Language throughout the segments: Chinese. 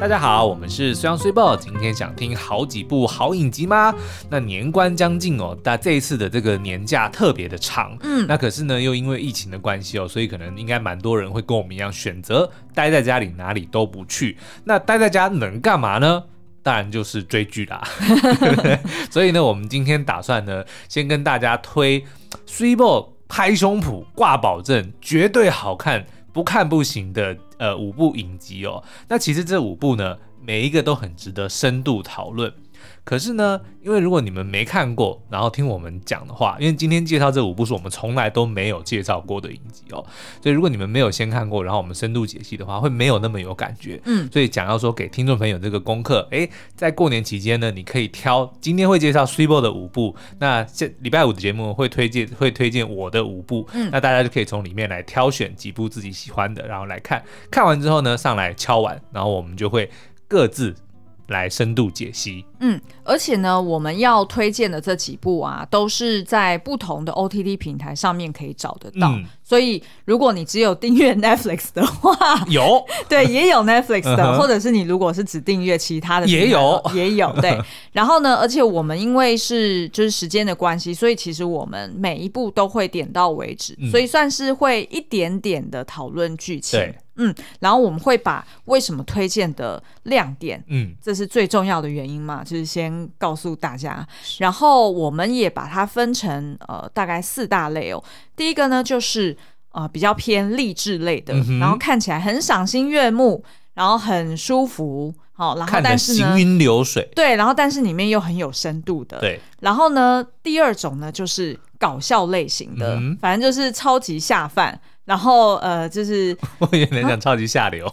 大家好，我们是虽然虽报，今天想听好几部好影集吗？那年关将近哦，但这一次的这个年假特别的长，嗯那可是呢，又因为疫情的关系哦，所以可能应该蛮多人会跟我们一样，选择待在家里，哪里都不去。那待在家能干嘛呢？当然就是追剧啦。 所以呢，我们今天打算呢，先跟大家推《虽报》拍胸脯挂保证，绝对好看，不看不行的呃五部影集哦。那其实这五部呢，每一个都很值得深度讨论。可是呢，因为如果你们没看过，然后听我们讲的话，因为今天介绍这五部是我们从来都没有介绍过的影集哦，所以如果你们没有先看过，然后我们深度解析的话，会没有那么有感觉。嗯，所以讲到说给听众朋友这个功课，诶，在过年期间呢，你可以挑今天会介绍 s u p e 的五部，那这礼拜五的节目会推荐会推荐我的五部，嗯那大家就可以从里面来挑选几部自己喜欢的，然后来看，看完之后呢，上来敲完，然后我们就会各自来深度解析。嗯，而且呢，我们要推荐的这几部啊，都是在不同的 OTT 平台上面可以找得到。嗯所以，如果你只有订阅 Netflix 的话， 有，对，也有 Netflix 嗯的，哼或者是你如果是只订阅其他的平台也有也有 对。然后呢，而且我们因为是就是时间的关系，所以其实我们每一部都会点到为止，嗯所以算是会一点点的讨论剧情对。嗯，然后我们会把为什么推荐的亮点嗯，这是最重要的原因嘛，就是先告诉大家。然后我们也把它分成呃大概四大类哦。第一个呢就是呃比较偏励志类的，嗯哼然后看起来很赏心悦目，然后很舒服，好、然后看得但是行呢。云流水，对，然后但是里面又很有深度的。对， 然后呢，第二种呢就是搞笑类型的，嗯哼反正就是超级下饭。然后呃，就是我也能啊讲超级下流，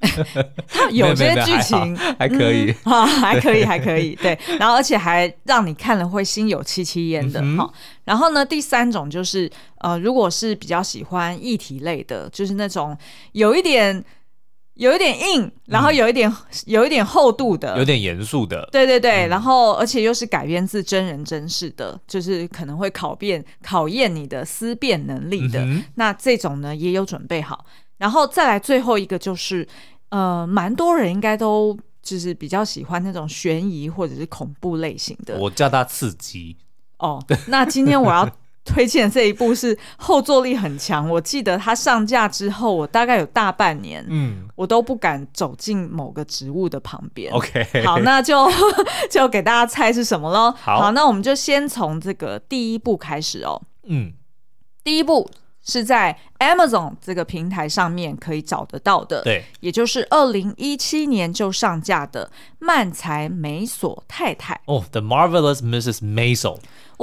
它 没有没没些剧还好情还可以，嗯啊，还可以，还可以，对，然后而且还让你看了会心有戚戚焉的哈、嗯哼然后呢，第三种就是呃，如果是比较喜欢议题类的，就是那种有一点有一点硬，然后有一点、有一点厚度的，嗯有点嗯严肃的，对对对，然后而且又是改编自真人真事的，就是可能会考辩考验你的思辨能力的。嗯哼那这种呢也有准备好，然后再来最后一个就是，呃，蛮多人应该都就是比较喜欢那种悬疑或者是恐怖类型的我叫它刺激，哦。那今天我要 推荐这一部是后坐力很强，我记得它上架之后，我大概有大半年。嗯我都不敢走进某个植物的旁边。 ，OK，好，那就 就给大家猜是什么喽。好那我们就先从这个第一步开始哦。 嗯第一步是在 Amazon 这个平台上面可以找得到的，，对，也就是二零一七年就上架的《漫才美索太太》，哦，《The Marvelous Mrs. Maisel》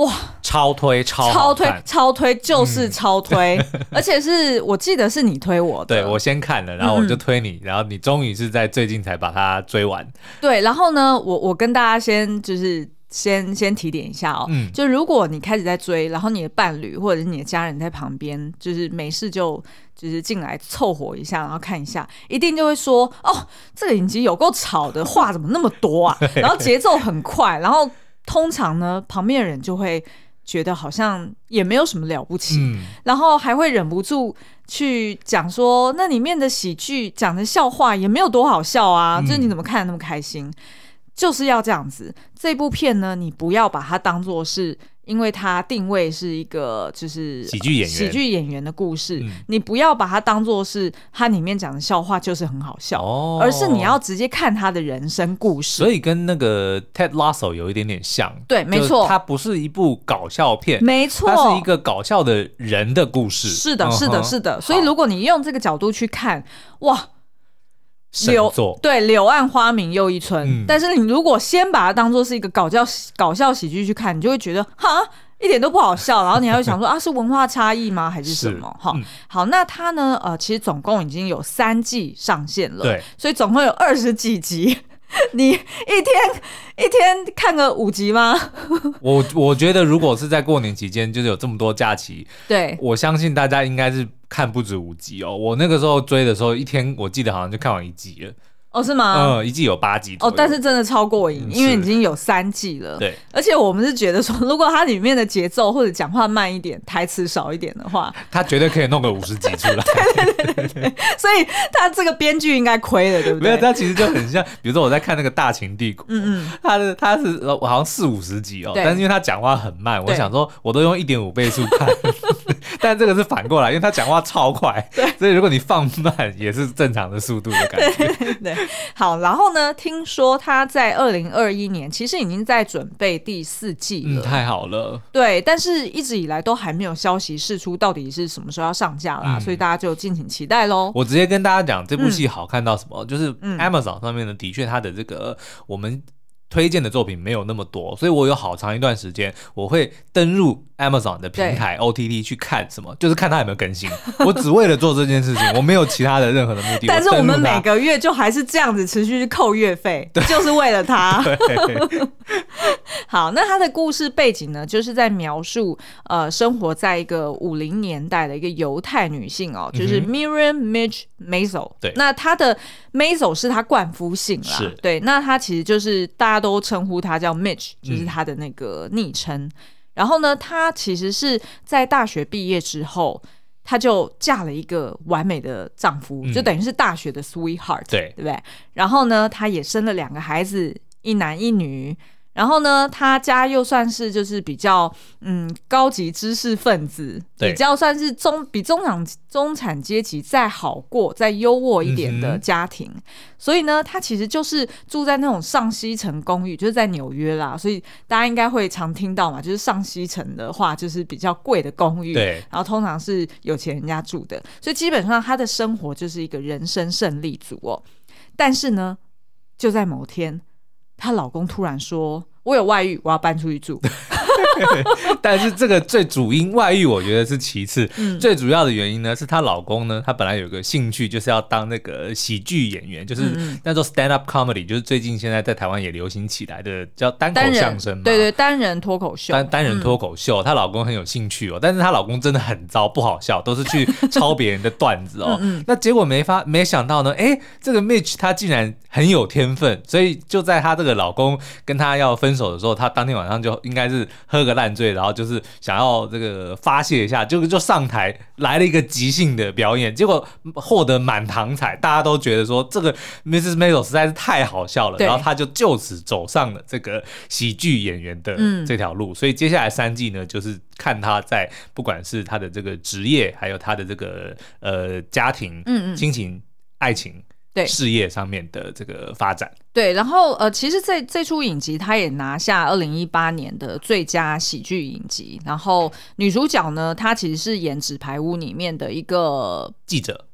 哇，超推超好超推看嗯超推就是 超推，而且是我记得是你推我的，对我先看了，然后我就推你，然后你终于是在最近才把它追完。对，然后呢，我我跟大家先就是先先提点一下哦，嗯就如果你开始在追，然后你的伴侣或者是你的家人在旁边，就是没事就就是进来凑合一下，然后看一下，一定就会说哦，这个影集有够吵的，话怎么那么多啊？然后节奏很快，然后通常呢，旁边的人就会觉得好像也没有什么了不起，嗯，然后还会忍不住去讲说，那里面的喜剧讲的笑话也没有多好笑啊，嗯就是你怎么看得那么开心？就是要这样子。这部片呢，你不要把它当做是，因为它定位是一个就是喜剧演员喜剧演员的故事，嗯你不要把它当做是它里面讲的笑话就是很好笑，哦而是你要，直接看他的人生故事。所以跟那个 Ted Lasso 有一点点像，对没就是错它不是一部搞笑片，没错，它是一个搞笑的人的故事。嗯是的，是的，是的，的。所以如果你用这个角度去看，哇，神作。对，柳暗花明又一村。嗯但是你如果先把它当做是一个搞笑搞笑喜剧去看，你就会觉得哈。一点都不好笑，然后你还会想说啊，是文化差异吗？还是什么？是哈、嗯好，那它呢？呃，其实总共已经有三季上线了，对，所以总共有二十几集。你一天一天看个五集吗？我我觉得如果是在过年期间，就是有这么多假期，对， 我相信大家应该是看不止五集哦。我那个时候追的时候，一天我记得好像就看完一集了。哦，是吗？嗯，一季有八集左哦，右。但是真的超过瘾，嗯因为是已经有三季了。对，而且我们是觉得说，如果它里面的节奏或者讲话慢一点，台词少一点的话，他绝对可以弄个五十集 出来。所以他这个编剧应该亏了，对不没对？有，他其实就很像，比如说我在看那个《大秦帝国》，嗯嗯，他的他是呃好像四五十集哦，对但是因为他讲话很慢，我对想说我都用一点五倍速 看，但这个是反过来，因为他讲话超快，所以如果你放慢也是正常的速度的感觉。 对，好，然后呢？听说他在二零二一年其实已经在准备第四季嗯，了，太好了，对，但是一直以来都还没有消息释出，到底是什么时候要上架啦，嗯所以大家就敬请期待喽。 我直接跟大家讲这部戏好看到什么，就是嗯 Amazon 上面的的确它的这个我们。推荐的作品没有那么多，所以我有好长一段时间我会登入 Amazon 的平台 OTT 去看什么，就是看它有没有更新。我只为了做这件事情，我没有其他的任何的目的。 但是我登们录它每个月就还是这样子持续去扣月费，就是为 了他。 好，那他的故事背景呢，就是在描述呃生活在一个五零年代的一个犹太女性哦，就是嗯哼 Miriam Midge Maisel。对那她的 Maisel 是她冠夫姓啦是，对，那她其实就是大家都称呼她叫 Midge，就是嗯她的那个昵称。然后呢，她其实是在大学毕业之后。她就嫁了一个完美的丈夫，嗯就等于是大学的 sweetheart，对对不对？然后呢，她也生了两个孩子，一男一女。然后呢，她家又算是就是比较嗯高级知识分子，对比较算是中比中产中产阶级再好过、再优渥一点嗯的哼家庭。所以呢，她其实就是住在那种上西城公寓，就是在纽约啦。所以大家应该会常听到嘛，就是上西城的话，就是比较贵的公寓。对，然后通常是有钱人家住的，所以基本上他的生活就是一个人生胜利组哦。但是呢，就在某天，她老公突然说：“我有外遇，我要搬出 去住。但是这个最主因外遇，我觉得是其次，嗯最主要的原因呢是她老公呢，他本来有个兴趣就是要当那个喜剧演员，就是嗯嗯那时候 stand up comedy，就是最近现在在台湾也流行起来的叫单”口单人相声嘛，对对，单人脱口秀，嗯单单人脱口秀，她、老公很有兴趣哦，但是她老公真的很糟，不好笑，都是去 抄别人的段子哦。嗯那结果没发没想到呢，哎，这个 Mitch 她竟然很有天分，所以就在她这个老公跟她要分手的时候，她当天晚上就应该是喝个烂醉，然后就是想要这个发泄一下，就就上台来了一个即兴的表演，结果获得满堂彩，大家都觉得说这个 Mrs. m a z e l 实在是太好笑了，对然后她就就此走上了这个喜剧演员的嗯这条路，所以接下来三季呢，就是看他在不管是他的这个职业，还有他的这个呃家庭、嗯嗯亲情、爱情、对事业上面的这个发展。对，然后呃，其实这这出影集它也拿下二零一八年的最佳喜剧影集，然后女主角呢，她其实是演《纸牌屋》里面的一个，记者，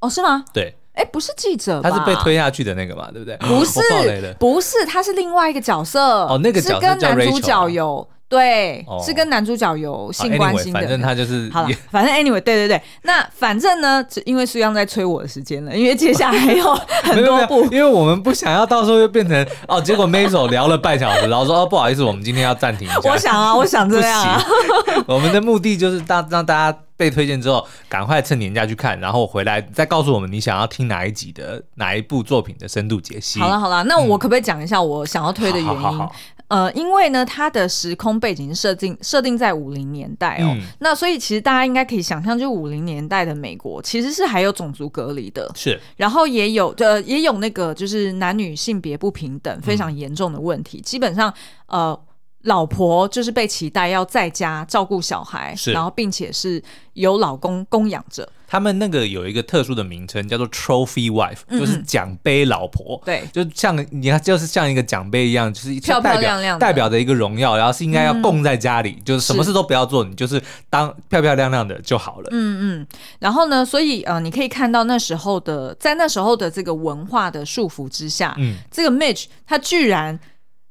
哦，是吗？对，哎，不是记者吧，他是被推下去的那个嘛，对不对？不是我爆雷了，。 不是，他是另外一个角色。哦那个角色是跟叫男 Rachel 主啊角有对，哦是跟男主角有性关系啊 anyway, 的。反正他就是好了也，反正 anyway，对对对，那反正呢，只因为苏央在催我的时间了，因为接下来还 有 很没有没多有部。因为我们不想要到时候又变成哦，结果 m a z e l 聊了半小时，然后说哦不好意思，我们今天要暂停一下。 我想啊，我想这样啊，不行，我 们的目的就是让让大家被推荐之后，赶快趁年假去看，然后回来再告诉我们你想要听哪一集的哪一部作品的深度解析。好了，好了，那我可不可以讲一下我想要推的原因？好嗯好好呃，因为呢，它的时空背景是设定设定在五零年代哦，嗯那所以其实大家应该可以想象，就五零年代的美国其实是还有种族隔离的，是然后也有呃也有那个就是男女性别不平嗯等非常严重的问题，基本上呃。老婆就是被期待要在家照顾小孩，是然后并且是由老公供养着，他们那个有一个特殊的名称叫做 Trophy Wife，嗯嗯就是奖杯老婆。对就像你看，就是像一个奖杯一样，就是漂漂亮亮的嗯代表代表着一个荣耀，然后是应该要供在家里，就是什么事都不要做，你就是当漂漂亮亮的就好了。嗯嗯。然后呢，所以呃，你可以看到那时候的，在那时候的这个文化的束缚之下，嗯这个 Mitch 他居然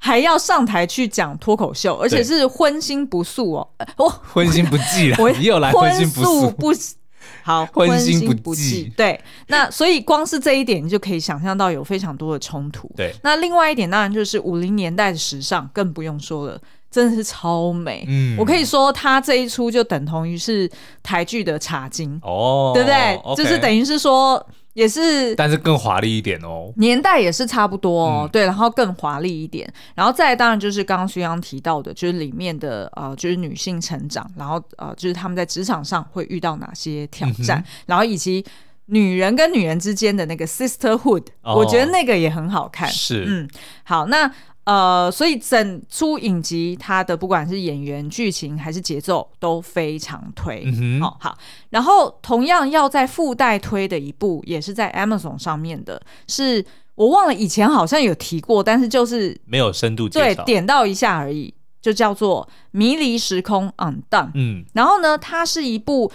还要上台去讲脱口秀，而且对是荤腥不素哦，呃哦，荤腥不忌 我了，你又来荤腥不素荤素，不 好，荤荤腥不不忌忌。对，那所以光是这一点，你就可以想象到有非常多的冲突。对那另外一点当然就是五零年代的时尚，更不用说了，真的是超美。嗯我可以说，它这一出就等同于是台剧的茶经，哦，对不对？ OK 就是等于是说。也是但是更华丽一点哦。年代也是差不多、哦，嗯对，然后更华丽一点，然后再来当然就是刚刚徐阳提到的，就是里面的呃，就是女性成长，然后呃，就是他们在职场上会遇到哪些挑嗯战，然后以及女人跟女人之间的那个 sisterhood，、哦我觉得那个也很好看。是，嗯，好，那呃，所以整出影集它的不管是演员、剧情还是节奏都非常推。嗯哼，好好，然后同样要在附带推的一部，也是在 Amazon 上面的，是我忘了以前好像有提过，但是就是没有深度介对绍。点到一下而已，就叫做《迷离时空 Undone》。嗯，然后呢，它是一部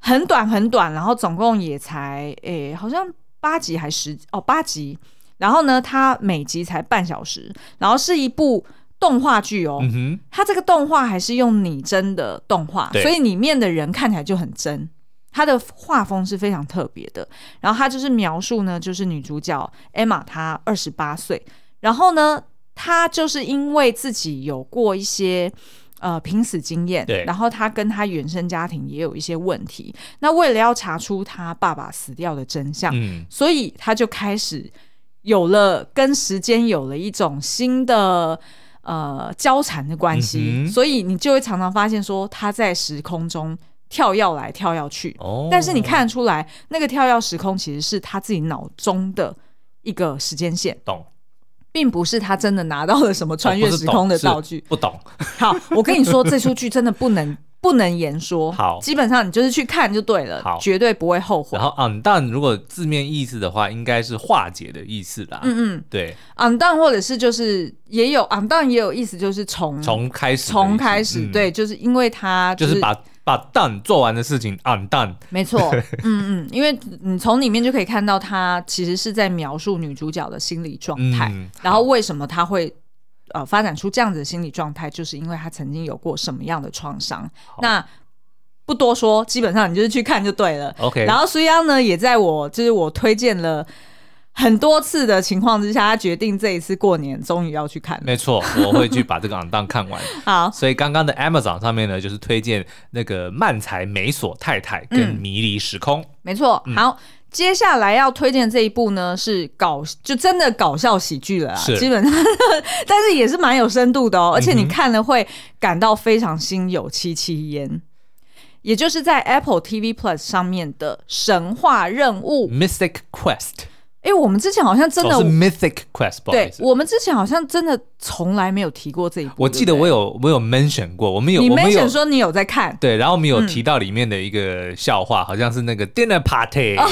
很短很短，然后总共也才诶、好像八集还十哦八集，然后呢，它每集才半小时，然后是一部动画剧哦。嗯哼，它这个动画还是用拟真的动画，对所以里面的人看起来就很真。它的画风是非常特别的，然后它就是描述呢，就是女主角 Emma 她二十八岁，然后呢，她就是因为自己有过一些呃濒死经验对，然后她跟她原生家庭也有一些问题，那为了要查出她爸爸死掉的真相，嗯，所以他就开始有了跟时间有了一种新的呃交缠的关系，嗯哼所以你就会常常发现说他在时空中跳跃来跳跃去，哦，但是你看得出来那个跳跃时空其实是他自己脑中的一个时间线，懂并不是他真的拿到了什么穿越时空的道具。不哦懂？好，我跟你说，这出剧真的不能。不能言说，好基本上你就是去看就对了好，绝对不会后悔然。后 undone 如果字面意思的话，应该是化解的意思啦。嗯嗯，对， undone 或者是就是也有 undone 也有意思，就是从从开始的意思，从开始，嗯，对，就是因为他就是把把 done 做完的事情 undone。没错，嗯嗯，因为你从里面就可以看到他其实是在描述女主角的心理状态，嗯然后为什么他会。呃，发展出这样子的心理状态，就是因为他曾经有过什么样的创伤。那不多说，基本上你就是去看就对了。 OK，然后苏央呢，也在我就是我推荐了很多次的情况之下，他决定这一次过年终于要去看了。没 错，我会去把这个 undone 看完。好，所以刚刚的 Amazon 上面呢，就是推荐那个漫才美索太太跟嗯迷离时空。没错。嗯好，接下来要推荐这一部呢是搞，就真的搞笑喜剧了啦，是嗯基本上， 但是也是蛮有深度的哦，而且你看了会感到非常心有戚戚焉。也就是在 Apple TV Plus 上面的《神话任务》 Mystic Quest，诶，我们之前好像真的、嗯哦是 Mythic Quest，不好意对，思。我们之前好像真的从来没有提过这一部。我记对得不我有我有 mention 过，我们有对你我们有 mention 说你嗯有在看，对，然后我们有提到里面的一个笑话，好像是那个 dinner party，、哦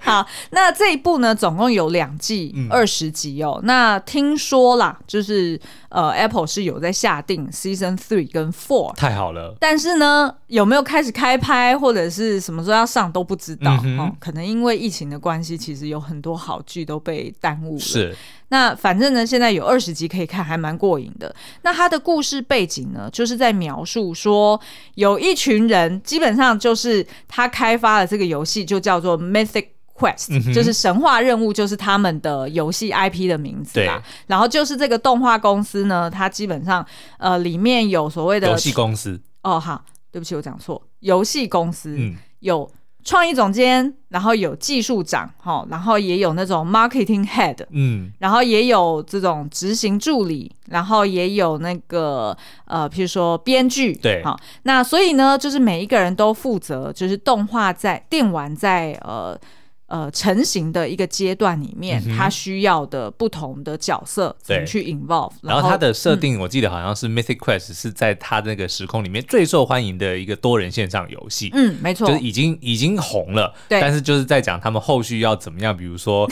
好，那这一部呢，总共有两季，嗯二十、集哦。那听说啦，就是呃，Apple 是有在下定 Season Three 跟 Four，太好了，但是呢，有没有开始开拍或者是什么时候要上都不知道、嗯哼哦。可能因为疫情的关系，其实有很多好剧都被耽误了。是那反正呢，现在有二十集可以看，还蛮过瘾的。那它的故事背景呢，就是在描述说，有一群人，基本上就是他开发了这个游戏，就叫做 Mythic。Quest、嗯哼就是神话任务，就是他们的游戏 IP 的名字啦对。然后就是这个动画公司呢，它基本上呃里面有所谓的游戏公司，哦，好，对不起，我讲错，游戏公司、嗯，有创意总监，然后有技术长，哈、然后也有那种 marketing head，嗯，然后也有这种执行助理，然后也有那个呃，譬如说编剧，对好，那所以呢，就是每一个人都负责，就是动画在电玩在呃呃成型的一个阶段里面，嗯哼它需要的不同的角色怎么对去 involve，然后它的嗯设定我记得好像是 Mythic Quest 是在它那个时空里面最受欢迎的一个多人线上游戏。嗯，没错就是，已经已经红了，对但是就是在讲他们后续要怎么样，比如说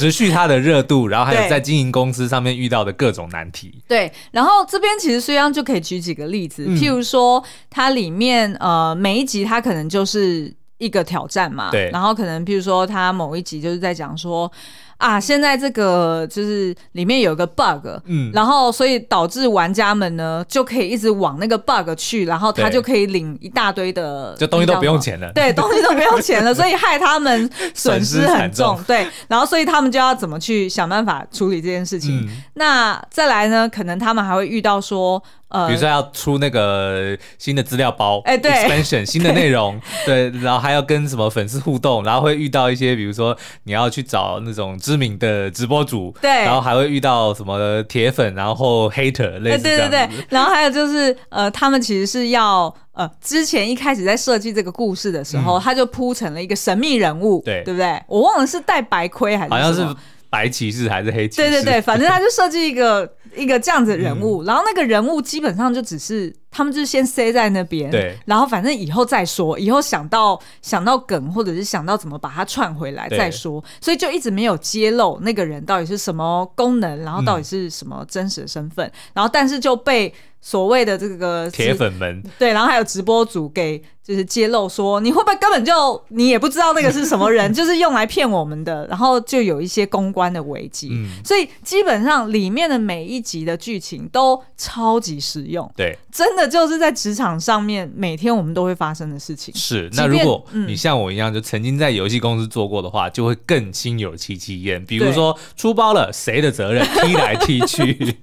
持续它的热度，然后还有对在经营公司上面遇到的各种难题。嗯对，然后这边其实虽然就可以举几个例子，譬如说它里面呃每一集它可能就是一个挑战嘛，对然后可能譬如说它某一集就是在讲说啊，现在这个就是里面有一个 bug，嗯，然后所以导致玩家们呢就可以一直往那个 bug 去，然后他对就可以领一大堆的，就东西都不用钱了对，东西都不用钱了，所以害他 们损失损很失惨重对，然后所以他们就要怎么去想办法处理这件事情。嗯那再来呢，可能他们还会遇到说，呃比如说要出那个新的资料包，哎对 expansion 新的内容，对，然后还要跟什么粉丝互动，然后会遇到一些，比如说你要去找那种知名的直播主，对然后还会遇到什么铁粉，然后 hater 类哎，似这对对样子，对，然后还有就是，呃，他们其实是要，呃，之前一开始在设计这个故事的时候，他就铺成了一个神秘人物，嗯对对不对？我忘了是戴白盔还是好像什是么白骑士还是黑骑士，对对对，反正他就设计一个 一个这样子的人嗯物，然后那个人物基本上就只是他们就是先塞在那边，对然后反正以后再说，以后想到想到梗或者是想到怎么把它串回来对再说，所以就一直没有揭露那个人到底是什么功能，然后嗯到底是什么真实的身份，然后但是就被所谓的这个铁粉们，对，然后还有直播主给就是揭露说，你会不会根本就你也不知道那个是什么 人，就是用来骗我们的，然后就有一些公关的危机。嗯，所以基本上里面的每一集的剧情都超级实用，对，真的就是在职场上面每天我们都会发生的事情。是。即那便如果嗯你像我一样，就曾经在游戏公司做过的话，就会更心有戚戚焉。比如对说出包了，谁的责任？踢来踢 去，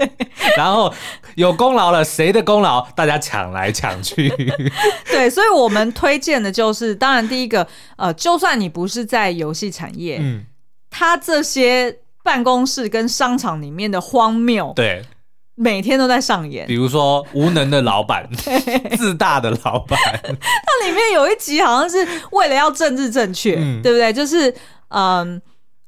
然后有功劳了，谁的功劳？大家抢来抢去。 对，所以我们推荐的就是，当然第一个，呃，就算你不是在游戏产业，嗯，它这些办公室跟商场里面的荒谬，对。每天都在上演比。如说无能的老 板，自大的老板，它里面有一集好像是为了要政治正确，嗯对不对？就是嗯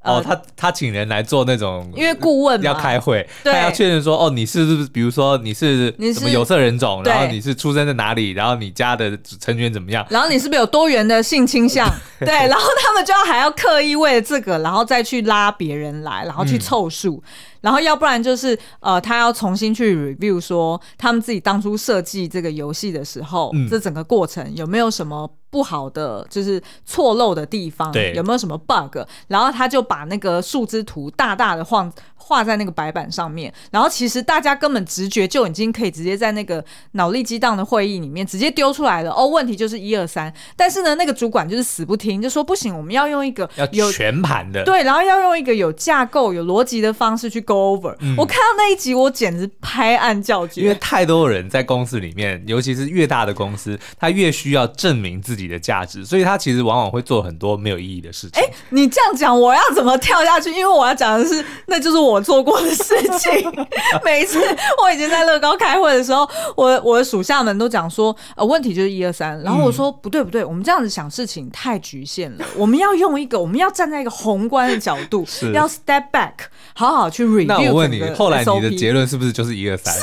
呃哦，他他请人来做那种，因为顾问嘛，要开会，对他要确认说，哦，你是不是，比如说你是你什么是有色人种，对然后你是出生在哪里，然后你家的成员怎么样，然后你是不是有多元的性 倾向？对，然后他们就要还要刻意为了这个，然后再去拉别人来，然后嗯去凑数，然后要不然就是呃，他要重新去 review 说他们自己当初设计这个游戏的时候，嗯这整个过程有没有什么不好的，就是错漏的地方，对有没有什么 bug？然后他就把那个树枝图大大的画画在那个白板上面，然后其实大家根本直觉就已经可以直接在那个脑力激荡的会议里面直接丢出来了。哦，问题就是一二三，但是呢，那个主管就是死不听，就说不行，我们要用一个要有。全盘的，对，然后要用一个有架构、有逻辑的方式去 go over。我看到那一集，我简直拍案叫绝，嗯因为太多人在公司里面，尤其是越大的公司，他越需要证明自己的价值，所以他其实往往会做很多没有意义的事情。你这样讲，我要怎么跳下去？因为我要讲的是，那就是我做过的事情。 每一次我以前在乐高开会的时候，我我的属下们都讲说，呃，问题就是一二三。然后嗯我说、不对不对，我们这样子想事情太局限了，我们要用一个，我们要站在一个宏观的角度是，要 step back，好好去 review 整那个 SOP。我问你，后来你的结论是不是就是一二三？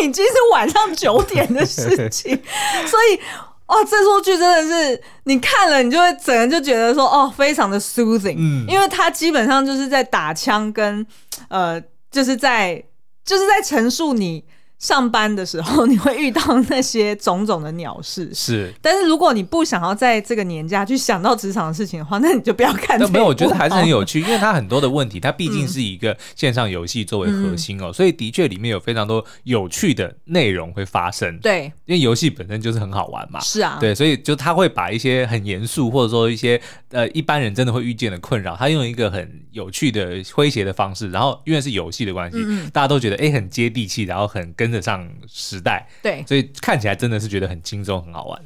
已经是晚上九点的事 情，所以哇，这出剧真的是你看了，你就会整个就觉得说哦，非常的 soothing，、嗯因为它基本上就是在打枪跟呃，就是在就是在陈述你上班的时候你会遇到那些种种的鸟事。 是。但是如果你不想要在这个年假去想到职场的事情的话，那你就不要嗯看那这一部。没有，我觉得还是很有趣，因为它很多的问题，它毕竟是以一个线上游戏作为嗯核心哦，所以的确里面有非常多有趣的内容会发生。对，因为游戏本身就是很好玩嘛，是啊，对，所以就他会把一些很严肃，或者说一些呃一般人真的会遇见的困扰，他用一个很有趣的诙谐的方式，然后因为是游戏的关系，嗯大家都觉得诶很接地气，然后很跟得上时代，对。所以看起来真的是觉得很轻松，很好玩。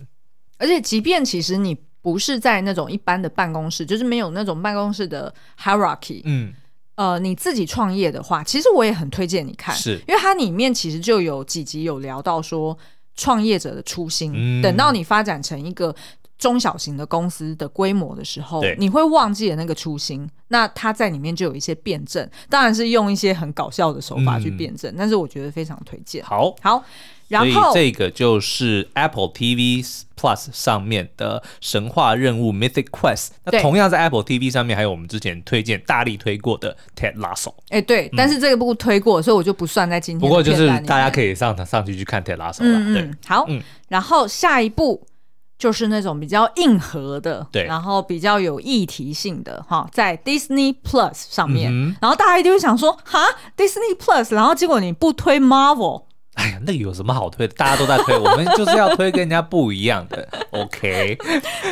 而且，即便其实你不是在那种一般的办公室，就是没有那种办公室的 hierarchy，、嗯，呃，你自己创业的话，其实我也很推荐你看，是因为它里面其实就有几集有聊到说创业者的初心，嗯等到你发展成一个。中小型的公司的规模的时候对，你会忘记了那个初心。那它在里面就有一些辩证，当然是用一些很搞笑的手法去嗯辩证，但是我觉得非常推荐。好。好，然所以后这个就是 Apple TV Plus 上面的神话任务 Mythic Quest。那对同样在 Apple TV 上面，还有我们之前推荐大力推过的 Ted Lasso。哎、对，但是这个部推过，所以我就不算在今嗯天不的过就是片单里大家面可以上上去去看 Ted Lasso 啦。嗯对，嗯，好，嗯然后下一步就是那种比较硬核的，对然后比较有议题性的哈，在 Disney Plus 上面，嗯然后大家一定会想说，哈，Disney Plus，然后结果你不推 Marvel，哎呀，那个有什么好推的？大家都在推，我们就是要推跟人家不一样的。OK，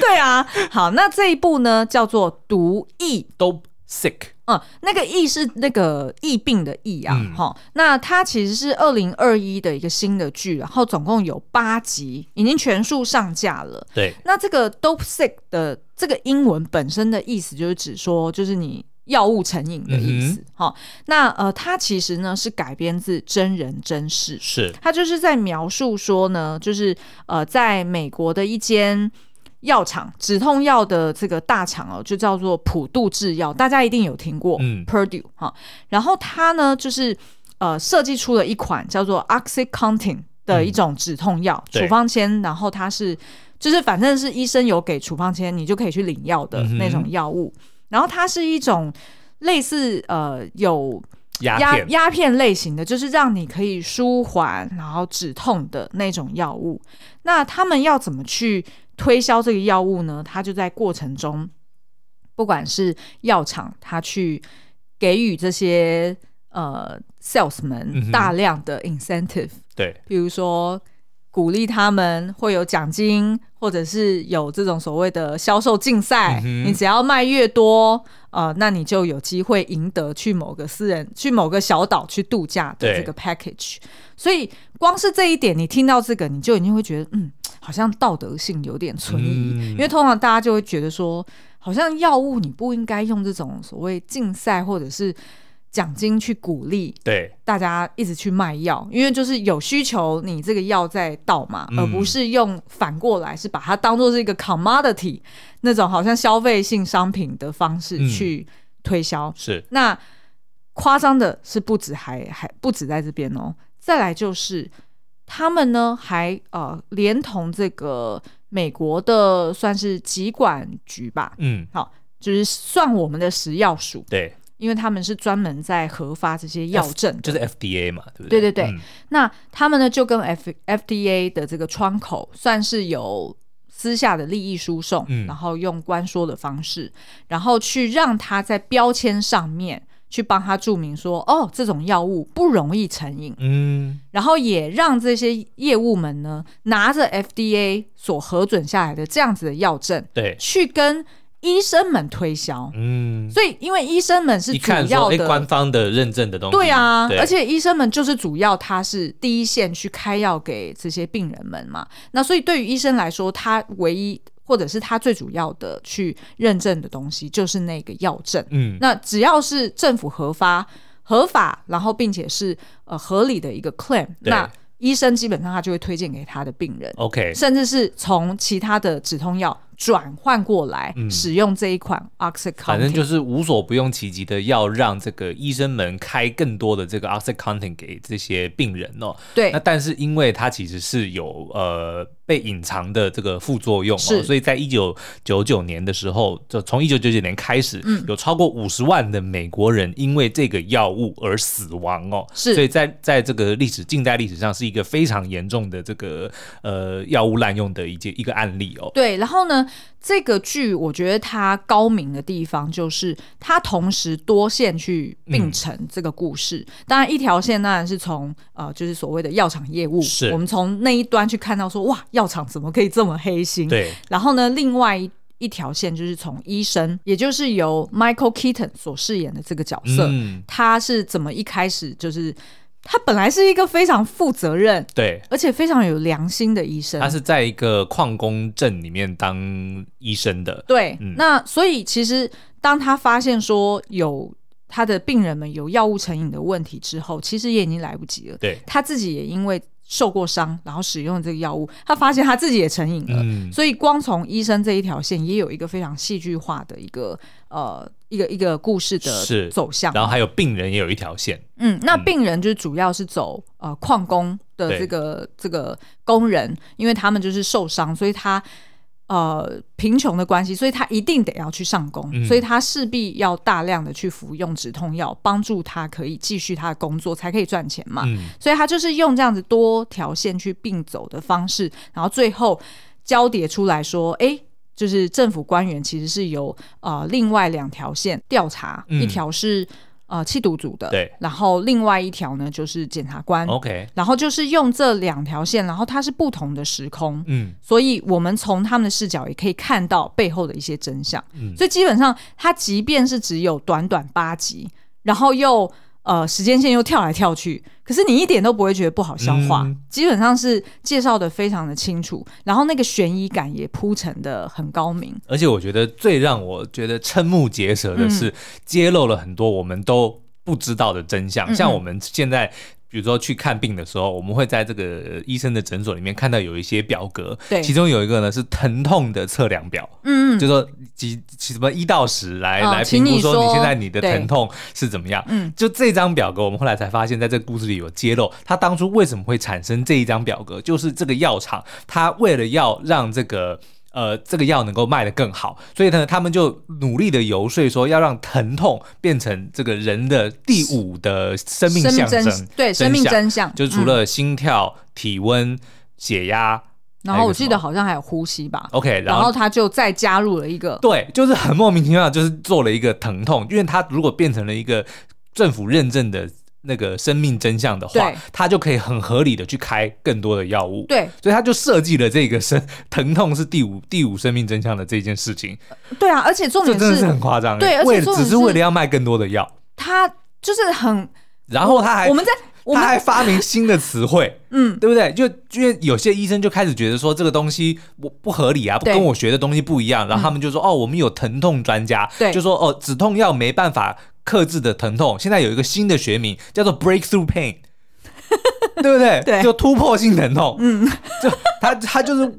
对啊，好，那这一部呢叫做《毒液》，都 sick 嗯，那个疫是那个疫病的疫啊，嗯哈、那它其实是二零二一的一个新的剧，然后总共有八集，已经全数上架了。对，那这个 dope sick 的这个英文本身的意思就是指说，就是你药物成瘾的意思。哈、那呃，它其实呢是改编自真人真事，是，他就是在描述说呢，就是呃，在美国的一间药厂，止痛药的这个大厂哦，就叫做普渡制药，大家一定有听过，嗯，Purdue 哈。然后它呢，就是呃，设计出了一款叫做 OxyContin 的一种止痛药，嗯对处方签，然后它是就是反正是医生有给处方签，你就可以去领药的嗯哼那种药物。然后它是一种类似呃有鸦鸦片，鸦片类型的，就是让你可以舒缓然后止痛的那种药物。那他们要怎么去推销这个药物呢？他就在过程中，不管是药厂，他去给予这些呃 sales 嗯们哼大量的 incentive，、对，比如说鼓励他们会有奖金，或者是有这种所谓的销售竞赛，嗯哼你只要卖越多，呃，那你就有机会赢得去某个私人、去某个小岛去度假的对这个 package。所以光是这一点，你听到这个，你就已经会觉得，嗯，好像道德性有点存疑，嗯因为通常大家就会觉得说，好像药物你不应该用这种所谓竞赛或者是奖金去鼓励，对，大家一直去卖药，因为就是有需求，你这个药在倒嘛，嗯而不是用反过来是把它当做是一个 commodity 那种好像消费性商品的方式嗯去推销。是，那夸张的是不止还还不止在这边哦，再来就是他们呢还呃连同这个美国的算是疾管局吧，嗯，就是算我们的食药署，对，因为他们是专门在核发这些药证就的是 FDA 嘛，对不对对对对，嗯那他们呢就跟 F FDA 的这个窗口算是有私下的利益输送，嗯然后用官说的方式，然后去让他在标签上面去帮他注明说，哦，这种药物不容易成瘾，嗯，然后也让这些业务们呢拿着 FDA 所核准下来的这样子的药证对，去跟医生们推销。嗯，所以，因为医生们是一主看要说，哎，的官方的认证的东西，对啊，而且且医生们就是主要他是第一线去开药给这些病人们嘛，那所以对于医生来说，他唯一或者是他最主要的去认证的东西就是那个药证。嗯，那只要是政府核发、合法，然后并且是呃合理的一个 claim，对那医生基本上他就会推荐给他的病人。 OK，甚至是从其他的止痛药转换过来、嗯使用这一款 oxycontin，反正就是无所不用其极的，要让这个医生们开更多的这个 oxycontin 给这些病人哦。对那但是因为它其实是有呃被隐藏的这个副作用是哦，所以在一九九九年的时候，就从一九九九年开始，嗯有超过五十万的美国人因为这个药物而死亡哦。是所以在在这个历史近代历史上是一个非常严重的这个呃药物滥用的一件一个案例哦。对，然后呢，这个剧我觉得它高明的地方就是它同时多线去嗯并成这个故事。当然，一条线当然是从呃，就是所谓的药厂业务，是我们从那一端去看到说，哇，药厂怎么可以这么黑心？。对，然后呢，另外一一条线就是从医生，也就是由 Michael Keaton 所饰演的这个角色，嗯，他是怎么一开始就是他本来是一个非常负责任。对。而且非常有良心的医生，他是在一个矿工镇里面当医生的，对，嗯那所以其实当他发现说有他的病人们有药物成瘾的问题之后，其实也已经来不及了。对，他自己也因为受过伤，然后使用这个药物，他发现他自己也成瘾了。嗯，所以光从医生这一条线，也有一个非常戏剧化的一个呃一个一个故事是的走向。然后还有病人也有一条线，嗯，那病人就是主要是走呃矿工的对这个这个工人，因为他们就是受伤，所以他呃贫穷的关系，所以他一定得要去上工，嗯所以他势必要大量的去服用止痛药，帮助他可以继续他的工作，才可以赚钱嘛。嗯，所以他就是用这样子多条线去并走的方式，然后最后交叠出来说，哎、就是政府官员其实是由呃另外两条线调查，嗯一条是呃嗯缉毒组的，对，然后另外一条呢就是检察官， OK，然后就是用这两条线，然后它是不同的时空，嗯所以我们从他们的视角也可以看到背后的一些真相。嗯，所以基本上，它即便是只有短短八集，然后又呃时间线又跳来跳去，可是你一点都不会觉得不好消化，嗯基本上是介绍的非常的清楚，然后那个悬疑感也铺陈的很高明。而且我觉得最让我觉得瞠目结舌的嗯是，揭露了很多我们都不知道的真相。嗯嗯像我们现在，比如说去看病的时候，我们会在这个呃医生的诊所里面看到有一些表格，对其中有一个呢是疼痛的测量表，嗯，就说几几什么一到十来、嗯来请评估你说说你现在你的对疼痛是怎么样。嗯，就这张表格，我们后来才发现，在这个故事里有揭露，他当初为什么会产生这一张表格，就是这个药厂，他为了要让这个。呃，这个药能够卖得更好，所以呢，他们就努力的游说说要让疼痛变成这个人的第五的生命象征，真对生命相真相，就是除嗯了心跳、体温、血压然还有一后我个什记得么好像还有呼吸吧， ，OK，然然后后他就再加入了一个对，就是很莫名其妙，就是做了一个疼痛，因为它如果变成了一个政府认证的那个生命真相的话对，它就可以很合理的去开更多的药物。对所以他就设计了这个生疼痛是第五第五生命真相的这件事情，对啊，而且重这点真的是是很夸张欸。对而且为了重点只是是为了要卖更多的药，他就是很，然后他还我们在我哎他还们发明新的词汇，嗯对不对？就因为有些医生就开始觉得说这个东西我不合理啊，对嗯跟我学的东西不一样，然后他们就说、哦，我们有疼痛专家，对就说哦，止痛药没办法克制的疼痛，现在有一个新的学名叫做 breakthrough pain。对不对？对就突破性疼痛，嗯， 就他他就是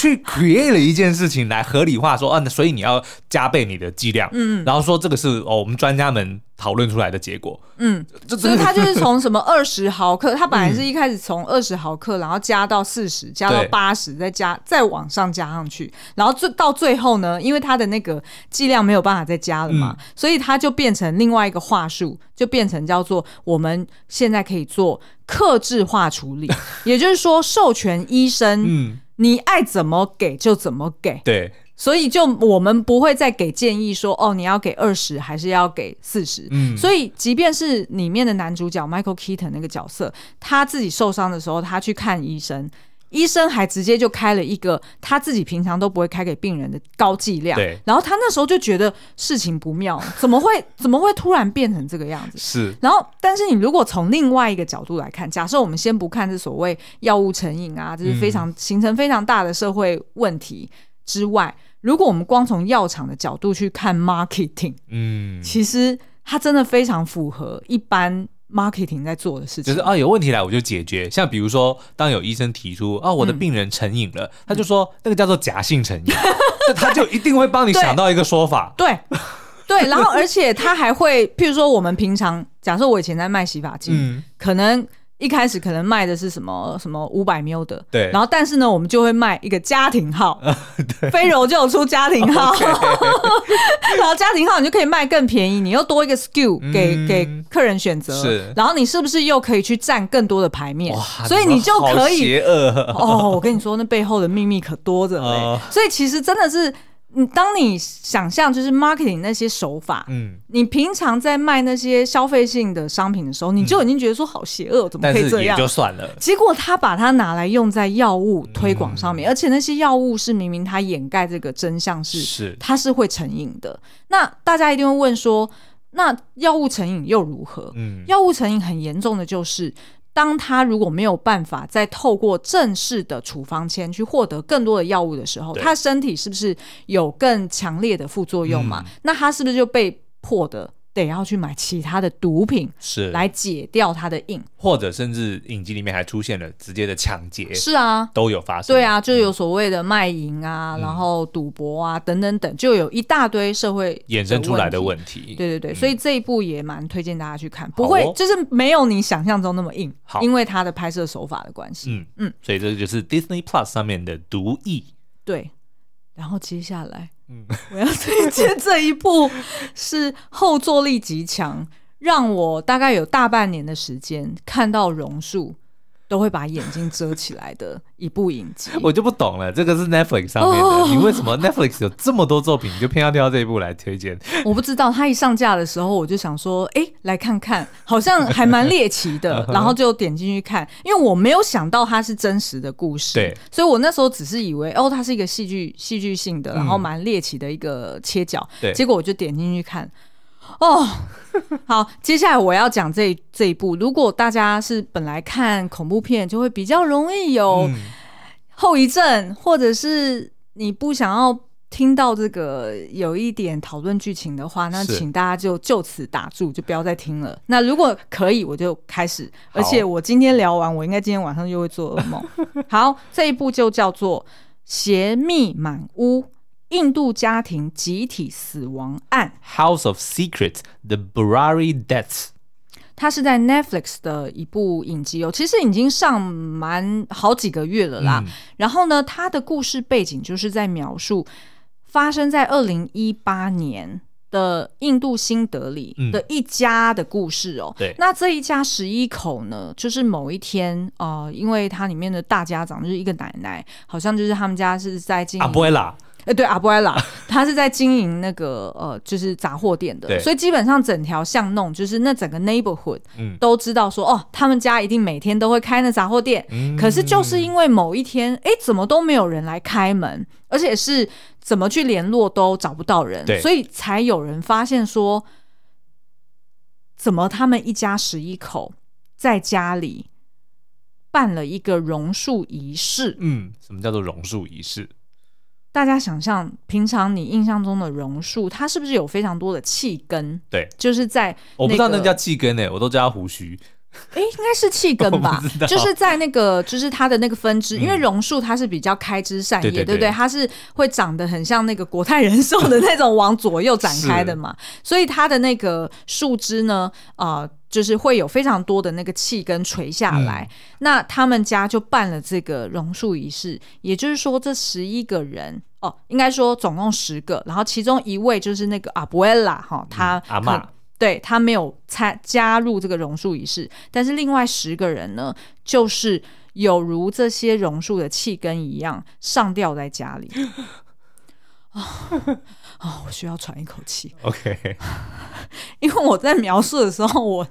去 create 了一件事情来合理化说啊，那所以你要加倍你的剂量，嗯，然后说这个是哦我们专家们讨论出来的结果，嗯，这所真以的嗯他就是从什么二十毫克，他本来是一开始从二十毫克，然后加到四十，加到对八十，再加再往上加上去，然后最到最后呢，因为他的那个剂量没有办法再加了嘛，嗯所以他就变成另外一个话术，就变成叫做我们现在可以做克制化处 理，也就是说授权医生，嗯，你爱怎么给就怎么给。对，所以就我们不会再给建议说，哦，你要给二十还是要给四十、嗯所以即便是里面的男主角 Michael Keaton 那个角色，他自己受伤的时候，他去看医生。医生还直接就开了一个他自己平常都不会开给病人的高剂量对，然后他那时候就觉得事情不妙，怎么会怎么会突然变成这个样子？是，然后，但是你如果从另外一个角度来看，假设我们先不看这所谓药物成瘾啊，这是非嗯常、形成非常大的社会问题之外，如果我们光从药厂的角度去看 marketing，嗯，其实它真的非常符合一般 marketing 在做的事就情。是啊，有问题来我就解决。像比如说，当有医生提出啊，我嗯的病人成瘾了，他就说那个叫做假性成瘾， 那他就一定会帮你对嗯想到一个说法。对对，然后而且它还会，譬如说我们平常，假设我以前在卖洗发精，嗯，可能一开始可能卖的是什么什么五百 ml 的，对然后但是呢，我们就会卖一个家庭 号，飞柔就有出家庭号， 然后家庭号你就可以卖更便宜，你又多一个 SKU 给、嗯给客人选择，是然后你是不是又可以去占更多的牌面哇，，所以们你就好可以邪恶。 哦，我跟你说，那背后的秘密可多着 嘞、哦所以其实真的是，你当你想象就是 marketing 那些手法， 嗯，你平常在卖那些消费性的商品的时候，你就已经觉得说好邪恶，怎么嗯但可以是这也样就？嗯算了。结果他把它拿来用在药物推广上面，而且那些药物是明明他掩盖这个真相是，是它是会成瘾的。那大家一定会问说，那药物成瘾又如何？嗯，药物成瘾很严重的就是，当他如果没有办法再透过正式的处方签去获得更多的药物的时候，对他身体是不是有更强烈的副作用嗯嘛？那他是不是就被迫的得要去买其他的毒品是，来解掉他的瘾？或者甚至影集里面还出现了直接的抢劫，是啊。都有发生。对，啊，就有所谓的卖淫啊，嗯然后赌博啊，等等等，就有一大堆社会衍生出来的问题。问题。对对对，所以这一部也蛮推荐大家去看，嗯好不哦会、就是没有你想象中那么硬好，因为它的拍摄手法的关系。嗯嗯嗯，所以这就是 Disney Plus 上面的毒液。对，然后接下来，嗯我要推荐这一部是后坐力极强，让我大概有大半年的时间看到榕树，都会把眼睛遮起来的一部影集。 我就不懂了，这个是 Netflix 上面的，哦你为什么 Netflix 有这么多作品，你就偏要挑这一部来推荐？，我不知道，它一上架的时候，我就想说，哎、来看看，好像还蛮猎奇的然后就点进去看，因为我没有想到它是真实的故事，对，所以我那时候只是以为，哦，它是一个戏剧戏剧性的，然后蛮猎奇的一个切角，嗯对结果我就点进去看。哦，好，接下来我要讲这这一部。如果大家是本来看恐怖片，就会比较容易有嗯，后遗症，或者是你不想要听到这个有一点讨论剧情的话，那是请大家就就此打住，就不要再听了。那如果可以，我就开始。而且我今天聊完，我应该今天晚上就会做噩 梦。好，这一部就叫做《邪秘满屋：印度家庭集体死亡案》。 House of Secrets: The Burari Deaths。它是在 Netflix 的一部影集哦，其实已经上蛮好几个月了啦。嗯然后呢，它的故事背景就是在描述发生在二零一八年。的印度新德里嗯的一家的故事哦，对那这一家十一口呢，就是某一天，呃，因为它里面的大家长就是一个奶奶，好像就是他们家是在经阿营波埃拉，呃，对，阿布埃拉， 他是在经营那个呃，就是杂货店对的，所以基本上整条巷弄，就是那整个 neighborhood 嗯都知道说，哦，他们家一定每天都会开那杂货店。嗯可是就是因为某一天，哎、怎么都没有人来开门，而且是怎么去联络都找不到人对，所以才有人发现说，怎么他们一家十一口在家里办了一个榕树仪式。嗯，什么叫做榕树仪式？大家想象，平常你印象中的榕树，它是不是有非常多的气根？对，就是在我不知道那那个叫气根诶，我都叫它胡须。诶，应该是气根吧 我不知道，嗯就是在那个，就是它的那个分支，因为榕树它是比较开枝散叶，对对对不对对？它是会长得很像那个国泰人寿的那种往左右展开的嘛，所以它的那个树枝呢，啊，就是会有非常多的那个气根垂下嗯来。那他们家就办了这个榕树仪式，也就是说，这十一个人。哦，应该说总共十个，然后其中一位就是那个阿布埃拉哈，他嗯阿可嬷对他没有参加入这个榕树仪式，但是另外十个人呢，就是有如这些榕树的气根一样上吊在家里。啊啊、我需要喘一口气， OK，因为我在描述的时候，我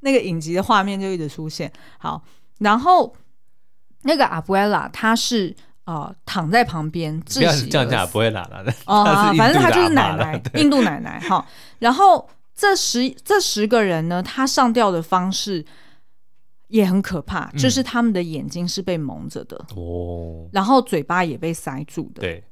那个影集的画面就一直出现。好，然后那个阿布埃拉他是呃躺在旁边不要窒息这样而讲死不会拉了。哦，她好是反正印度她的就是阿嬷奶了奶，印度奶奶哈。然后这十这十个人呢，他上吊的方式也很可怕，嗯就是他们的眼睛是被蒙着的，哦，然后嘴巴也被塞住的，对，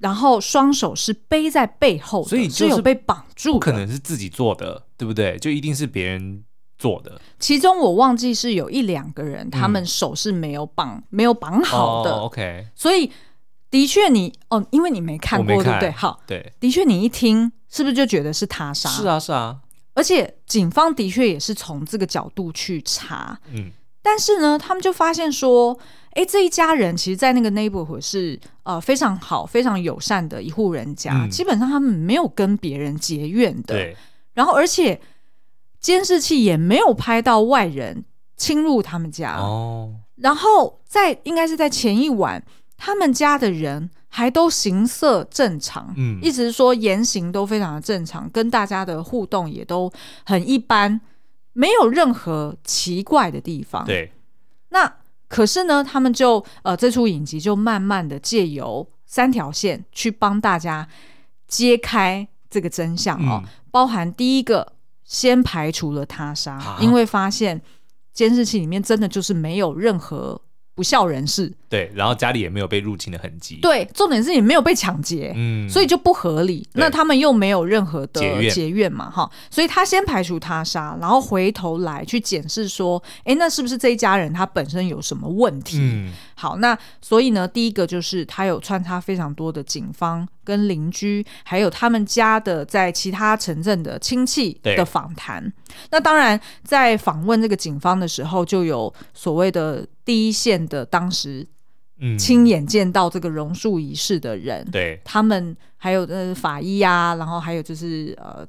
然后双手是背在背后的，所以就是是有被绑住不可的。能是自己做的，对不对？就一定是别人做的。其中我忘记是有一两个人，他们手是没有绑没有绑好的，嗯哦、，OK，所以的确你哦，因为你没看我过没对看不对？好，对，的确你一听是不是就觉得是他杀？是啊，是啊，而且警方的确也是从这个角度去查，嗯，但是呢，他们就发现说，诶，这一家人其实，在那个 neighborhood 是呃非常好、非常友善的一户人家，嗯基本上他们没有跟别人结怨的。对，然后，而且监视器也没有拍到外人侵入他们家。哦，然后在应该是在前一晚，他们家的人还都行色正常，嗯一直说言行都非常的正常，跟大家的互动也都很一般，没有任何奇怪的地方。，对，那可是呢，他们就呃这出影集就慢慢的借由三条线去帮大家揭开这个真相哦，嗯包含第一个先排除了他杀，啊因为发现监视器里面真的就是没有任何不孝人士，对，然后家里也没有被入侵的痕迹。，对，重点是也没有被抢劫。嗯，所以就不合理。对那他们又没有任何的结怨结怨嘛，哈，所以他先排除他杀，然后回头来去检视说，诶，那是不是这一家人他本身有什么问题？嗯，好，那所以呢，第一个就是他有穿插非常多的警方跟邻居，还有他们家的在其他城镇的亲戚对的访谈。那当然，在访问这个警方的时候，就有所谓的第一线的当时嗯，亲眼见到这个榕树仪式的人，对，他们还有呃法医啊，然后还有就是呃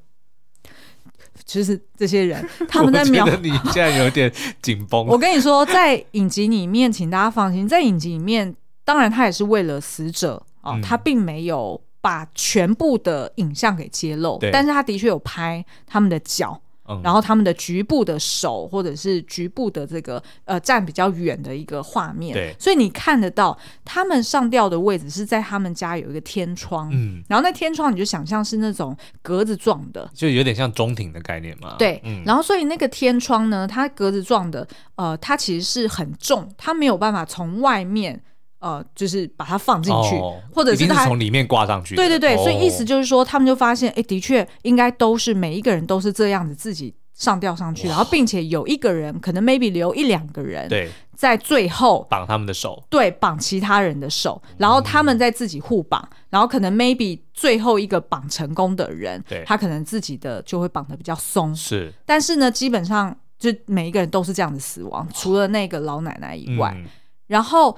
就是这 些人他们在描我觉得你现在有点紧绷。 我跟你说，在影集里面，请大家放心，在影集里面，当然他也是为了死者啊、哦嗯他并没有把全部的影像给揭露对，但是他的确有拍他们的脚，嗯然后他们的局部的手，或者是局部的这个呃站比较远的一个画面，对所以你看得到他们上吊的位置是在他们家有一个天窗，嗯，然后那天窗你就想象是那种格子状的，就有点像中庭的概念嘛。对，嗯，然后所以那个天窗呢，它格子状的，呃，它其实是很重，它没有办法从外面，呃，就是把它放进去，哦或者一定是它。从里面挂上去的。哦对对对，所以意思就就是说，他们就发现，哎，的确应该都是每一个人都是这样子自己上吊上去，然后并且有一个人可能 maybe 留一两个人对在最后绑他们的手。对绑其他人的手，然后他们再自己互绑，然后可能 maybe 最后一个绑成功的人对，他可能自己的就会绑得比较松，是但是呢，基本上就每一个人都是这样子死亡，除了那个老奶奶以外。哦嗯然后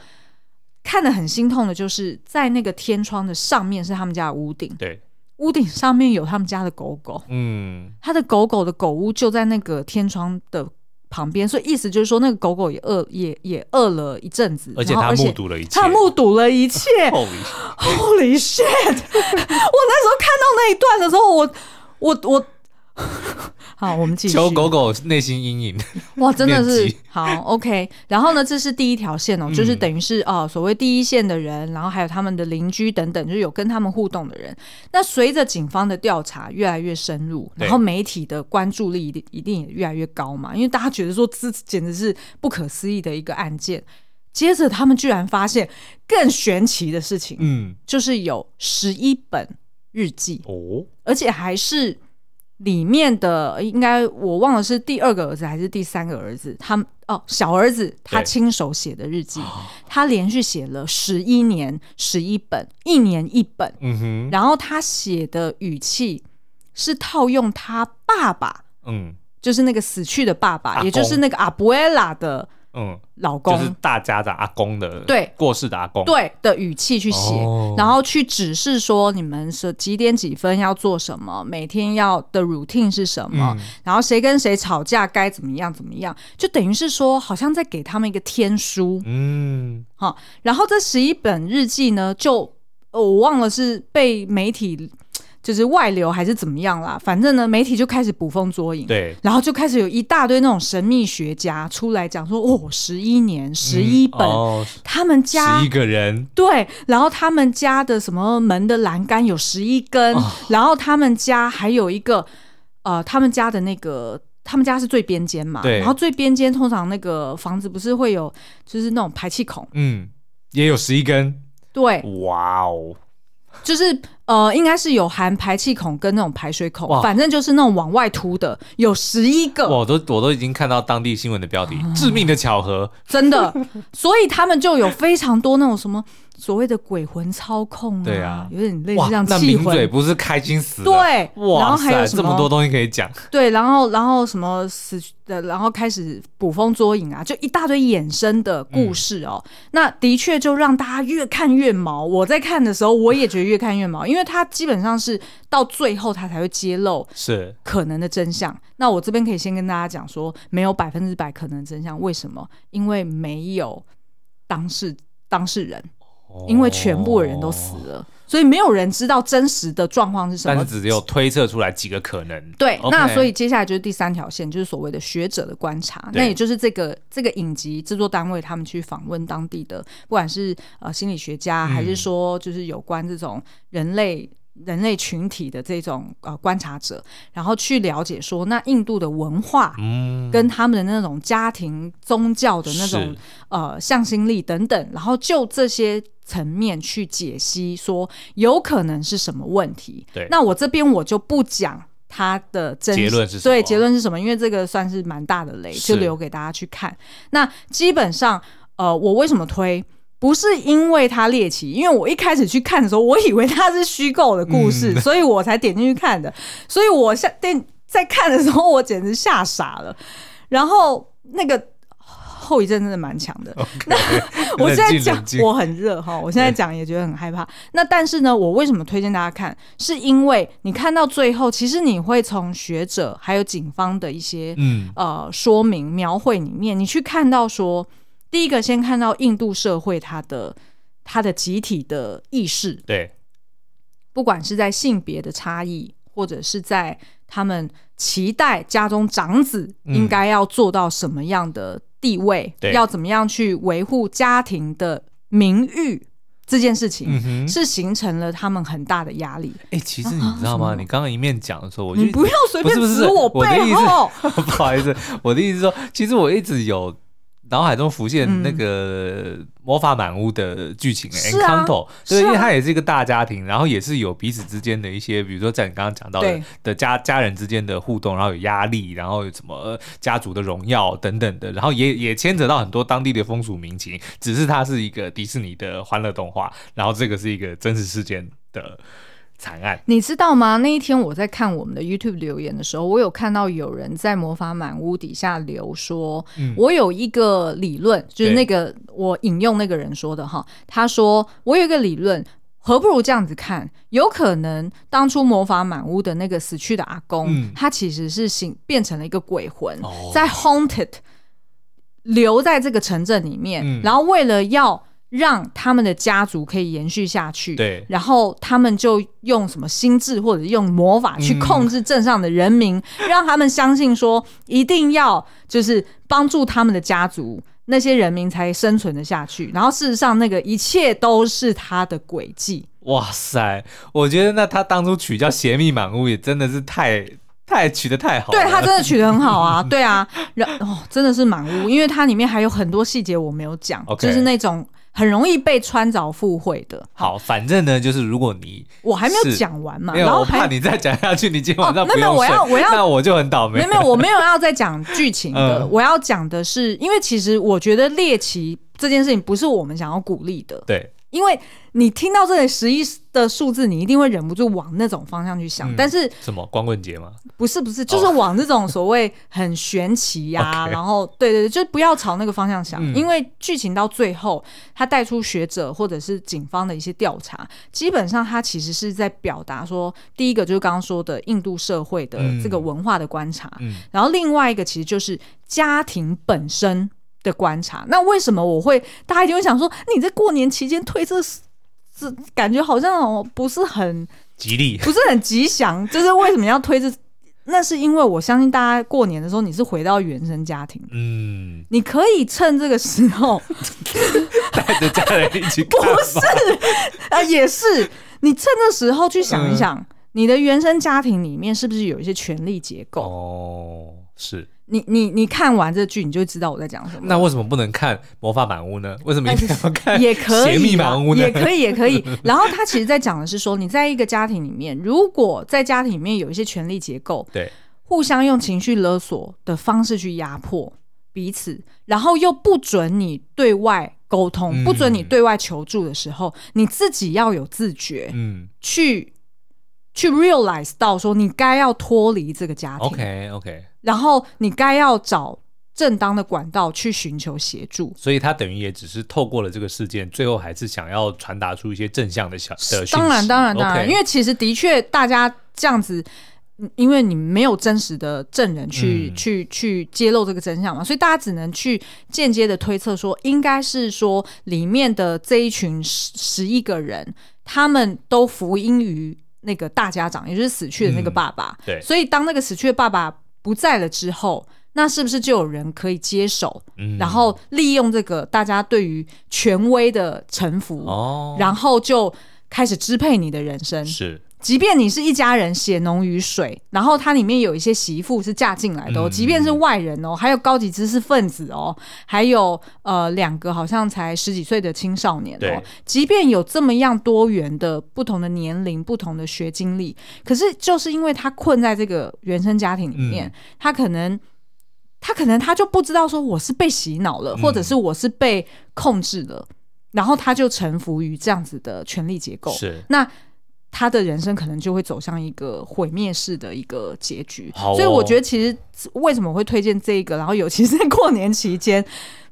看得很心痛的就是，在那个天窗的上面是他们家的屋顶，对，屋顶上面有他们家的狗狗，嗯，他的狗狗的狗屋就在那个天窗的。旁边，所以意思就是说，那个狗狗也饿，也也饿了一阵子，而且然后他而目且睹了一切，哦他目睹了一切 Holy- ，Holy shit！我那时候看到那一段的时候，我我我，好，我们继续。求狗狗内心阴影。哇，真的面是积好 OK。然后呢，这是第一条线哦，就是嗯等于是呃所谓第一线的人，然后还有他们的邻居等等，就是有跟他们互动的人。那随着警方的调查越来越深入，对然后媒体的关注力一定一定也越来越高嘛，因为大家觉得说这简直是不可思议的一个案件。接着他们居然发现更玄奇的事情，嗯，就是有十一本日记，哦，而且还是里面的，应该我忘了是第二个儿子还是第三个儿子，他们哦小儿子他亲手写的日记，哦他连续写了十一年，十一本，一年一本，嗯哼，然后他写的语气是套用他爸爸，嗯就是那个死去的爸阿爸，公也就是那个阿布埃拉的嗯，老公。就是大家的阿公的，对过世的阿公，对的语气去写，哦然后去指示说你们是几点几分要做什么，每天要的 routine 是什么，嗯，然后谁跟谁吵架该怎么样怎么样，就等于是说好像在给他们一个天书嗯，哈、然后这十一本日记呢，就、呃我忘了是被媒体就是外流还是怎么样啦，反正呢媒体就开始捕风捉影。对，然后就开始有一大堆那种神秘学家出来讲说，哦，十一年、十一本，他们嗯家哦十一个人，对，然后他们家的什么门的栏杆有十一根，哦然后他们家还有一个，呃，他们家的那个，他们家是最边间嘛，对然后最边间通常那个房子不是会有就是那种排气孔，嗯，也有十一根，对，哇哦，就是呃，应该是有含排气孔跟那种排水哇孔，反正就是那种往外凸的，有十一个，我都我都已经看到当地新闻的标题，啊致命的巧合，真的， 所以他们就有非常多那种什么所谓的鬼魂操控啊，对啊有点类似哇，像那气名嘴魂。不是开心死了，对，然哇后还有塞，什这么多东西可以讲，对，然后然后什么死的，然后开始捕风捉影啊，就一大堆衍生的嗯故事哦。那的确就让大家越看越毛。我在看的时候，我也觉得越看越毛，因为它基本上是到最后它才会揭露是可能的真相。那我这边可以先跟大家讲说，没有百分之百可能真相，为什么？因为没有当事当事人，因为全部的人都死哦了，所以没有人知道真实的状况是什但么是。只有推测出来几个可能。对 OK 那所以接下来就是第三条线，就是所谓的学者的观察，对那也就是这个这个影集制作单位他们去访问当地的，不管是呃心理学家，嗯还是说就是有关这种人类。人类群体的这种呃观察者，然后去了解说，那印度的文化嗯，跟他们的那种家庭、宗教的那种是呃向心力等等，然后就这些层面去解析，说有可能是什么问题。对那我这边我就不讲它的真结论是什么对结论是什么，因为这个算是蛮大的雷，是就留给大家去看。那基本上，呃，我为什么推？不是因为它猎奇，因为我一开始去看的时候，我以为它是虚构的故嗯事，所以我才点进去看的。所以我下在在看的时候，我简直吓傻了。然后那个后遗症真的蛮强的。 那我现在讲冷静我很热哈，我现在讲也觉得很害怕。那但是呢，我为什么推荐大家看？是因为你看到最后，其实你会从学者还有警方的一些、嗯呃说明描绘里面，你去看到说，第一个先看到印度社会它的它的集体的意识，对，不管是在性别的差异，或者是在他们期待家中长子嗯应该要做到什么样的地位，对要怎么样去维护家庭的名誉这件事情，嗯哼，是形成了他们很大的压力。哎、其实你知道啊吗？什么你刚刚一面讲的时候，我就你不要随便不是不指是我我的背意思后， 不好意思，我的意思是说，其实我一直有脑海中浮现那个《魔法满屋》的剧情、欸嗯是啊 Encanto，对，是啊因为它也是一个大家庭，然后也是有彼此之间的一些，比如说在你刚刚讲到的对的家家人之间的互动，然后有压力，然后有什么呃家族的荣耀等等的，然后也也牵扯到很多当地的风俗民情，只是它是一个迪士尼的欢乐动画，然后这个是一个真实事件的惨案，你知道吗？那一天我在看我们的 YouTube 留言的时候，我有看到有人在《魔法满屋》底下留说，嗯我有一个理论，就是对那个我引用那个人说的哈，他说我有一个理论。何不如这样子看？有可能当初魔法满屋的那个死去的阿公，嗯他其实是形变成了一个鬼魂，哦在 haunted 留在这个城镇里面，嗯然后为了要让他们的家族可以延续下去，对然后他们就用什么心智或者是用魔法去嗯控制镇上的 人民，让他们相信说一定要就是帮助他们的家族。那些人民才生存的下去，然后事实上，那个一切都是他的诡计。哇塞，我觉得那他当初取叫《邪秘满屋》也真的是太太取得太好了。对他真的取得很好 啊，对啊，然哦，真的是满屋，因为它里面还有很多细节我没有讲 OK 就是那种很容易被穿凿附会的。好，反正呢，就是如果你我还没有是讲完嘛，没有，然后我还怕你再讲下去，你今天晚上哦没不有用没睡，有我要我要那我就很倒霉。没有没有，我没有要再讲剧情的，嗯我要讲的是，因为其实我觉得猎奇这件事情不是我们想要鼓励的，对，因为你听到这里十一的数字，你一定会忍不住往那种方向去想，嗯但是什么光棍节吗？不是不是，就是往这种所谓很玄奇呀、哦 OK 然后对对对，就是不要朝那个方向想，嗯因为剧情到最后，他带出学者或者是警方的一些调查，基本上他其实是在表达说，第一个就是刚刚说的印度社会的嗯这个文化的观察，嗯然后另外一个其实就是家庭本身。的观察，那为什么我会？大家一定会想说，你在过年期间推这这，感觉好像哦不是很吉利。不是很吉祥， 就是为什么要推这？那是因为我相信大家过年的时候你是回到原生家庭，嗯， 你可以趁这个时候， 带着家人一起看吧。啊，也是你趁这时候去想一嗯想，你的原生家庭里面是不是有一些权力结构？哦，是。你你你看完这剧，你就知道我在讲什么。那为什么不能看《魔法满屋》呢？为什么一定要看《 也可邪秘以啦满屋》，呢？也可以，也 可以。然后他其实在讲的是说，你在一个家庭里面，如果在家庭里面有一些权力结构，对，互相用情绪勒索的方式去压迫彼此，然后又不准你对外沟通，嗯不准你对外求助的时候，你自己要有自觉，嗯去去 realize 到说你该要脱离这个家庭，OK OK，然后你该要找正当的管道去寻求协助。所以他等于也只是透过了这个事件，最后还是想要传达出一些正向的小的讯息。当然，当然，当然 OK 因为其实的确，大家这样子，嗯因为你没有真实的证人去、嗯去去揭露这个真相嘛，所以大家只能去间接的推测说，应该是说里面的这一群十十一个人，他们都服膺于那个大家长，也就是死去的那个嗯爸爸。对所以当那个死去的爸爸不在了之后。那是不是就有人可以接手，嗯然后利用这个大家对于权威的臣服，哦，然后就开始支配你的人生。是即便你是一家人，血浓于水，然后它里面有一些媳妇是嫁进来的、哦，嗯即便是外人哦，还有高级知识分子哦，还有呃两个好像才十几岁的青少年哦对，即便有这么样多元的不同的年龄、不同的学经历，可是就是因为他困在这个原生家庭里面，嗯他可能。他可能他就不知道说我是被洗脑嗯了，或者是我是被控制了，然后他就臣服于这样子的权力结构。是那他的人生可能就会走向一个毁灭式的一个结局。好哦所以我觉得，其实为什么会推荐这一个，然后尤其是在过年期间。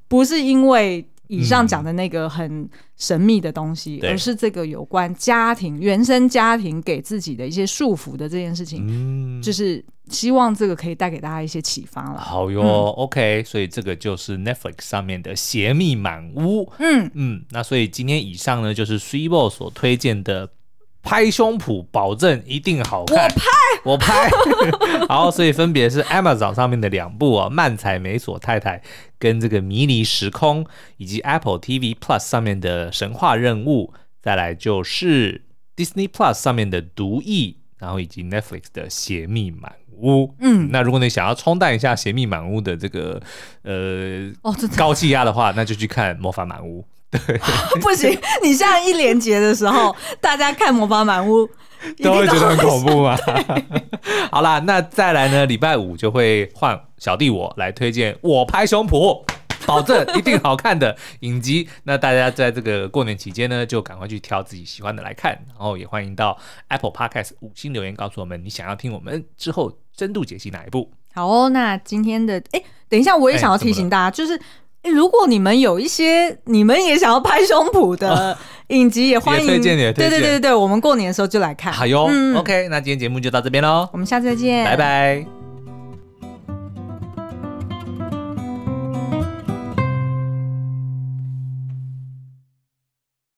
不是因为以上讲的那个很神秘的东西，嗯对而是这个有关家庭原生家庭给自己的一些束缚的这件事情，嗯，就是希望这个可以带给大家一些启发了。好哟、o k 所以这个就是 Netflix 上面的《邪秘满屋》。嗯，嗯，那所以今天以上呢，就是 s h e b o 所推荐的拍胸脯，保证一定好看。我拍，我拍。好，所以分别是 Amazon 上面的两部哦，《漫才美索太太》跟这个《迷离时空》，以及 Apple TV Plus 上面的《神话任务》，再来就是 Disney Plus 上面的《毒液》，然后以及 Netflix 的《邪秘满屋》。嗯那如果你想要冲淡一下《邪秘满屋》的这个呃哦， 这高气压的话，那就去看《魔法满屋》。哦不行！你现在一连结的时 候，大家看《魔法满屋》一定都会觉得很会恐怖 吗？好啦，那再来呢？礼拜五就会换小弟我来推荐我拍胸脯。保证一定好看的影集，那大家在这个过年期间呢，就赶快去挑自己喜欢的来看，然后也欢迎到 Apple Podcast 五星留言告诉我们你想要听我们之后深度解析哪一部。好哦，那今天的哎、等一下，我也哎想要提醒大家，就是、哎如果你们有一些你们也想要拍胸 脯的影集，也欢迎推荐也推荐对对对对对，我们过年的时候就来看。好哟、嗯 o k 那今天节目就到这边喽，嗯我们下次再见，拜。拜。